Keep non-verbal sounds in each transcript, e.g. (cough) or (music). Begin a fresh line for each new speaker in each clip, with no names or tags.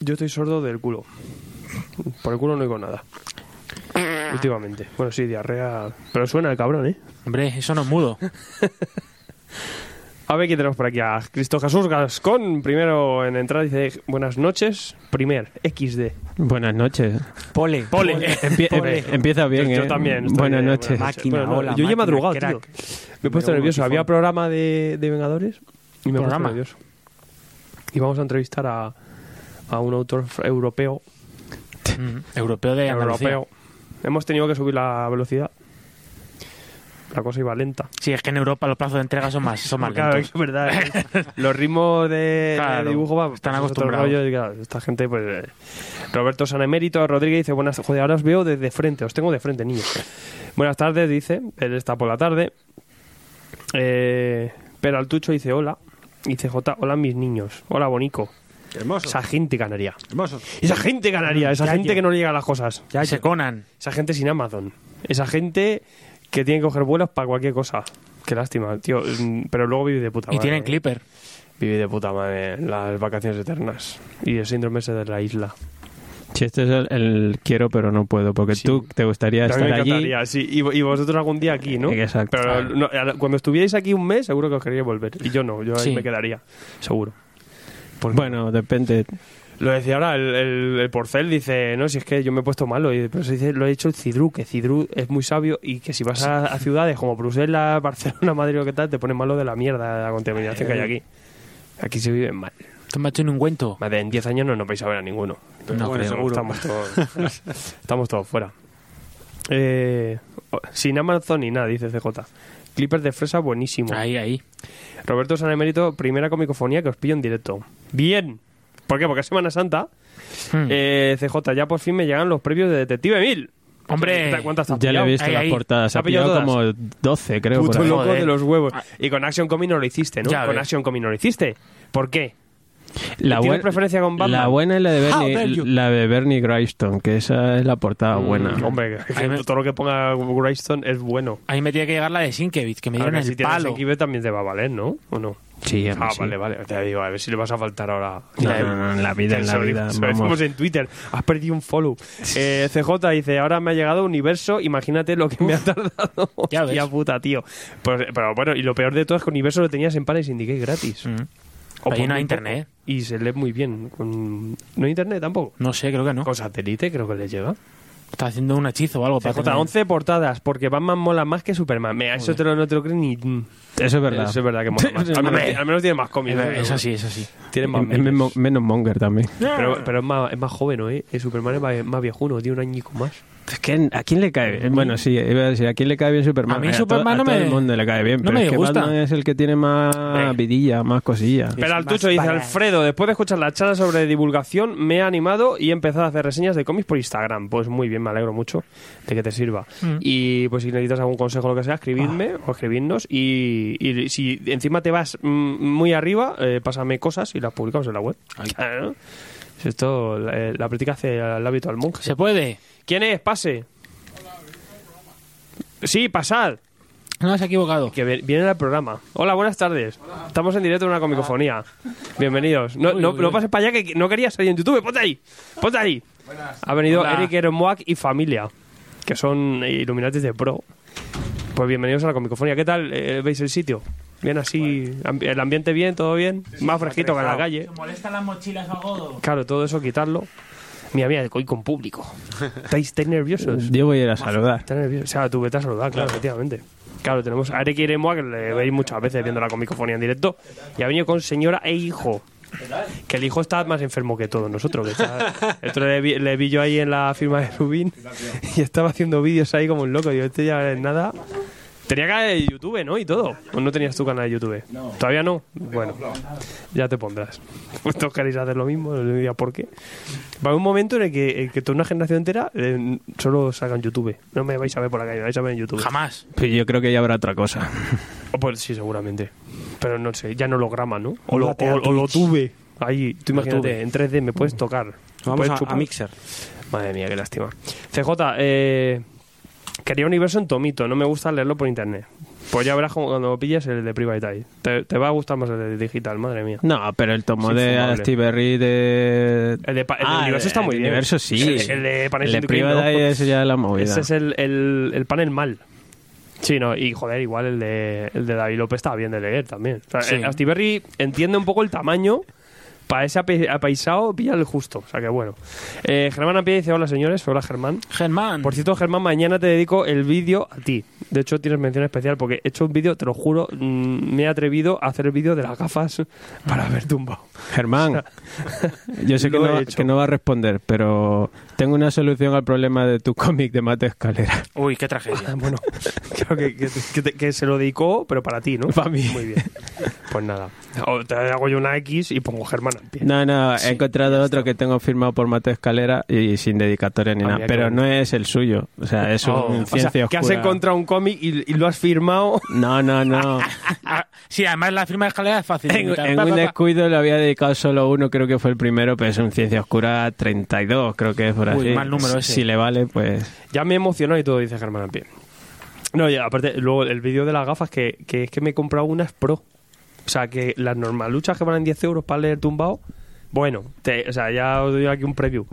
Yo estoy sordo del culo. Por el culo no oigo nada. Últimamente. Bueno, sí, diarrea. Pero suena el cabrón, ¿eh?
Hombre, eso no es mudo.
A ver, ¿qué tenemos por aquí? A Cristo Jesús Gascón, primero en entrar, dice buenas noches, primer, XD.
Buenas noches.
Pole.
Pole.
Empie- eh, empieza bien,
Yo- yo
¿eh?
también, estoy
Buenas
bien,
noches.
buenas
Máquina,
Bueno, no,
hola,
yo ya he
máquina,
madrugado,
crack.
tío. Me he puesto
Número
nervioso.
uno,
Había
tifón.
programa de, de Vengadores y me he puesto
¿Programa?
nervioso. Y vamos a entrevistar a, a un autor fr- europeo.
(laughs) Mm, Europeo de Andalucía.
europeo. Hemos tenido que subir la velocidad. La cosa iba lenta.
Sí, es que en Europa los plazos de entrega son más,
(laughs)
son más
Claro,
lentos.
es verdad. ¿eh?
(laughs)
Los ritmos de- de,
Claro,
dibujo va,
están
pues, es otro
acostumbrados.
rollo y, claro, esta gente, pues. eh, Roberto Sanemérito Rodríguez dice: Buenas joder, ahora os veo desde frente, os tengo de frente, niños. Buenas tardes, dice. Él está por la tarde. Eh, Peraltucho dice: Hola. Dice J: Hola, mis niños. Hola, Bonico.
Hermoso.
Esa gente canaria.
Hermoso.
Esa gente canaria, esa
Ya,
gente
tío.
que no llega a las cosas.
Ya se conan.
Esa gente sin Amazon. Esa gente que tiene que coger vuelos para cualquier cosa. Qué lástima, tío. Mm, Pero luego vive de puta
Y
madre.
tienen clipper.
Viví de puta madre las vacaciones eternas y el síndrome ese de la isla.
Si este es el, el quiero pero no puedo, porque
Sí.
tú te gustaría
También
estar
me
allí.
encantaría, sí. Y, vo- y vosotros algún día aquí,
Eh,
¿no?
Exacto.
ah.
Pero no, a- cuando estuvierais aquí un mes, seguro que os queríais volver. Y yo no, yo ahí
Sí.
me quedaría, seguro. Porque-
Pues Bueno, depende.
Lo decía ahora, el, el- el porcel dice, no, si es que yo me he puesto malo, y- pero se dice, lo he hecho el Cidru, que Cidru es muy sabio y que si vas a, a ciudades como Bruselas, (laughs) Barcelona, Madrid o qué tal, te pones malo de la mierda de la contaminación que hay aquí. Aquí se vive mal.
Esto me ha hecho un ungüento.
Más de en 10 años no nos vais a ver a ninguno.
No
Bueno,
creo.
seguro. Estamos todos, (laughs) estamos todos fuera. Eh, o- sin Amazon ni nada, dice CJ. Clippers de fresa buenísimo.
Ahí, ahí.
Roberto Sanemérito, primera comicofonía que os pillo en directo. Bien. ¿Por qué? Porque es Semana Santa.
Hmm.
Mm.
Eh, CJ, ya por fin me llegan los previos de Detective Mil.
Hombre.
¿Cuántas has
Ya le he
pillado?
visto eh.
Ahí,
las
ahí.
portadas.
Se ha
Ha pillado
pillado
como 12, creo. por
Puto
ahí.
loco
Joder.
de los huevos.
Ah.
Y con Action Comics no lo hiciste, ¿no?
Ya
con
ves.
Action Comics no lo hiciste. ¿Por qué?
La
¿Tienes
buen-
preferencia con Batman?
La buena es la de
dare
Bernie,
you.
la de Bernie Grindstone, que esa es la portada buena.
Mm, Hombre, que- que
Ahí me-
todo lo que ponga Greystone es bueno.
A mí me tiene que llegar la de Sinkevich, que me dieron
Ahora,
el
si tienes
palo.
XB también te va a valer, ¿no? ¿O no?
Sí, a mí
Ah,
sí.
vale, vale. Te digo, a ver si le vas a faltar ahora.
No, no, no, en la vida, en la
Se lo-
vida,
se lo
vamos.
decimos en Twitter. Has perdido un follow. Eh, CJ dice, ahora me ha llegado Universo, imagínate lo que me ha tardado.
(laughs) Ya
Hostia
ves.
puta, tío. Pues, pero bueno, y lo peor de todo es que Universo lo tenías en Pan y Syndicate gratis.
Mm.
O
Ahí
por
no hay
muy poco.
internet.
Y se lee muy bien. Con... No hay internet tampoco.
No sé, creo que no.
Con satélite creo que le llega.
Está haciendo un hechizo o algo. para
CJ,
tener-
11 portadas, porque Batman mola más que Superman. Me, eso te lo, no te lo crees ni...
Eso es verdad.
Eso es verdad que
(laughs)
mola más. Al menos, al menos tiene más
Es
cómics.
ver-
¿no?
Es así, es así.
Tiene más
Y- y men-
memes.
menos Monger también.
Pero, pero es, más, es más joven, ¿no, ¿eh? El Superman es más, más viejuno, tiene un añico más.
Es que a quién le cae bien. Bueno, sí, iba a decir, a quién le cae bien Superman.
A mí
Eh, to-
Superman no
todo
me-
el mundo le cae bien,
no
pero
me
es que
disgusta.
Batman es el que tiene más
Venga.
vidilla, más cosillas.
Pero al tucho
más
dice,
badass.
Alfredo, después de escuchar la charla sobre divulgación, me he animado y he empezado a hacer reseñas de cómics por Instagram. Pues muy bien, me alegro mucho de que te sirva. Y pues si necesitas algún consejo o lo que sea, escribirme o escribirnos. Y, y si encima te vas mm, muy arriba, eh, pásame cosas y las publicamos en la web. Claro. Si Esto, la, la práctica hace el hábito al monje.
¿Se puede?
¿Quién es? Pase. Sí, pasad.
No, se ha equivocado.
Que vi- vienen al programa. Hola, buenas tardes. Estamos en directo en una comicofonía. Bienvenidos. No,
Uy,
no,
uy,
no
uy.
pases para allá que no querías salir en YouTube. Ponte ahí. Ponte ahí. Ha venido
Hola.
Eric Eremoac y familia, que son iluminantes de pro. Pues bienvenidos a la comicofonía. ¿Qué tal? eh, ¿Veis el sitio? Bien así, ambi- el ambiente bien, todo bien. Más fresquito que en la calle.
molestan las mochilas a godo?
Claro, todo eso quitarlo. Mira, mira, hoy con público. ¿Estáis, estáis nerviosos?
Yo voy a ir a saludar.
Está nervioso. O sea, tú vete a saludar, claro, efectivamente. Claro, tenemos a Eric Iremoa, que le veis muchas veces viendo la comicofonía en directo, y ha venido con señora e hijo. Que el hijo está más enfermo que todos nosotros. Que está- esto le, vi, le vi yo ahí en la firma de Rubín y estaba haciendo vídeos ahí como un loco. Digo, este ya es nada. Tenía canal de YouTube, ¿no? Y todo. ¿O no tenías tu canal de YouTube? ¿Todavía no? Bueno, ya te pondrás. (laughs) Vosotros queréis hacer lo mismo, no diría por qué. Va a haber un momento en el que, en que toda una generación entera eh, solo sacan YouTube. No me vais a ver por la calle, me vais a ver en YouTube.
Jamás.
Pero yo creo que ya habrá otra cosa.
O Pues sí, seguramente. Pero no sé, ya no lo graman, ¿no? O lo,
Móndate a
o- o lo
Twitch.
tuve. Ahí, tú
Lo
imagínate,
tuve.
en 3D me puedes tocar. me
Vamos
puedes
a, a
chupar.
Mixer.
Madre mía, qué lástima. CJ, eh, quería Universo en Tomito, no me gusta leerlo por internet. Pues ya verás como cuando pillas el de Private Eye. Te, te va a gustar más el de digital, madre mía.
No, pero el tomo
Es
de
infumable.
Steve Berry de.
El de, pa- el de
Ah,
Universo
el-
está muy
el
bien.
Universo sí.
El, el de Panel
El de Private Eye es ya la movida.
Ese es el, el, el panel mal. Sí, no, y joder, igual el de, el de David López está bien de leer también. O sea,
Sí.
el Astiberri entiende un poco el tamaño. Para ese ape- apaisado, pilla el justo. O sea que bueno. Eh, Germán Ampie dice: Hola señores, hola Germán.
Germán.
Por cierto, Germán, mañana te dedico el vídeo a ti. De hecho, tienes mención especial porque he hecho un vídeo, te lo juro, mm, me he atrevido a hacer el vídeo de las gafas (laughs) para haber tumbado.
Germán, yo sé que
lo he
no, va-
hecho.
que no va a responder, pero tengo una solución al problema de tu (laughs) cómic de Mate Escalera.
Uy, qué tragedia.
(laughs) Bueno, (laughs) creo que, que- que te- que se lo dedicó, pero para ti, ¿no?
Para mí.
Muy bien. Pues nada. O te hago yo una X y pongo Germán al pie.
No, no,
Sí,
he encontrado otro que tengo firmado por Mate Escalera y sin dedicatoria ni
Ah,
nada,
mira,
pero
qué
no es el suyo. O sea, es un
Oh, o sea,
ciencia
que has
oscura.
encontrado un cómic y, y lo has firmado.
No,
(laughs)
no, no.
Ah, sí, además la firma de escalera es fácil.
En,
imitar.
en
Pa, pa,
un
pa.
descuido le había dedicado solo uno, creo que fue el primero, pero es un Ciencia Oscura 32, creo que es por
Uy,
así.
mal número ese.
Si le vale, pues...
Ya me he emocionado y todo, dice Germán al pie. No, ya, aparte, luego el vídeo de las gafas, que, que es que me he comprado unas pro. O sea, que las normaluchas que valen 10 euros para leer tumbado, bueno, te- o sea, ya os doy aquí un preview.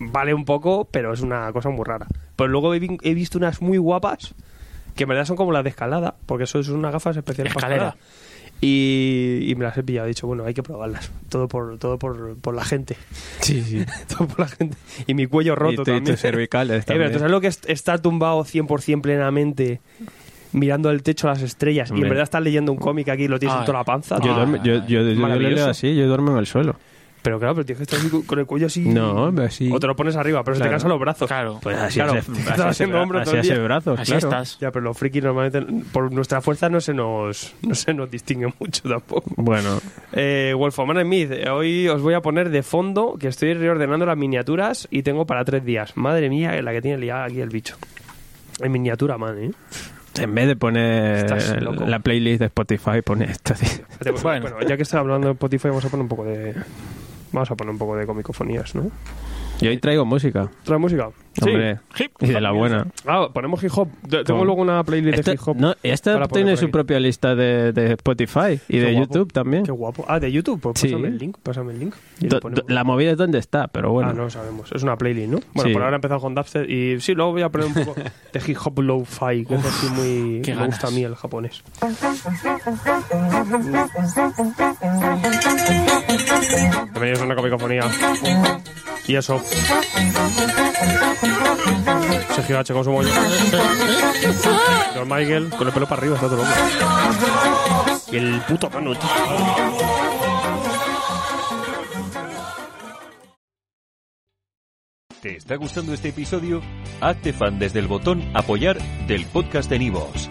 Vale un poco, pero es una cosa muy rara. Pero luego he, vi- he visto unas muy guapas, que en verdad son como las de escalada, porque eso es unas gafas especiales para
Escalera.
escalada. Y, y me las he pillado, he dicho, bueno, hay que probarlas. Todo por, todo por, por la gente.
Sí, sí.
(laughs) Todo por la gente. Y mi cuello roto
y tu- y
también.
tus
(laughs)
cervicales
Eh, pero
también.
tú sabes lo que es estar tumbado 100% plenamente mirando al techo a las estrellas y
Hombre.
en verdad estás leyendo un cómic aquí y lo tienes
Ah,
en toda la panza.
Yo,
Ah.
duermo, yo, yo, yo- yo lo
Maravilloso.
leo así, yo duermo en el suelo.
Pero claro, pero tienes que estar así con- con el cuello así.
No, hombre, así.
O te lo pones arriba, pero se te
Claro.
cansan los brazos.
Claro.
Pues así
Claro, (laughs)
hace,
estás
así hace
haciendo
bra-
hombro todo
así
el día.
(laughs) hace brazos,
Así
claro.
estás.
Ya, pero los frikis normalmente por nuestra fuerza no se nos, no se nos distingue mucho tampoco.
Bueno,
Eh, Wolfoman Smith, eh, hoy os voy a poner de fondo que estoy reordenando las miniaturas y tengo para tres días. Madre mía, la que tiene liada aquí el bicho. En miniatura, man, ¿eh?
en vez de
Estás
poner
loco.
la playlist de Spotify, pone esto. tío.
Espérate, pues,
Bueno.
Bueno. ya que estoy hablando de Spotify, vamos a poner un poco de. Vamos a poner un poco de comicofonías, ¿no?
Yo hoy traigo música,
¿Trae música?
hombre.
Hip.
Y de la buena.
Ah, ponemos hip hop. Te- Tengo
Con-
luego una playlist
Esta,
de hip hop.
no, esta
Para poner
tiene
por
su
aquí.
propia lista de, de Spotify y
Qué
de
guapo.
YouTube también.
Qué guapo. Ah, de YouTube. Pues
Sí.
pásame el link. Pásame el link. Y lo
Do-
ponemos.
do- la movida es donde está, pero bueno.
Ah, no sabemos. Es una playlist, ¿no? Bueno,
Sí.
por ahora he empezado con Dubstep y sí, luego voy a poner un poco de hip hop lo-fi, que es así muy.
qué
Me gusta a
ganas.
mí el japonés. Bienvenidos a una comicofonía. Y eso. Sergio H. con su moño. Don Michael con el pelo para arriba, está todo loco. Y el puto Manu, tío.
¿Te está gustando este episodio? Hazte fan desde el botón Apoyar del podcast de Nivos.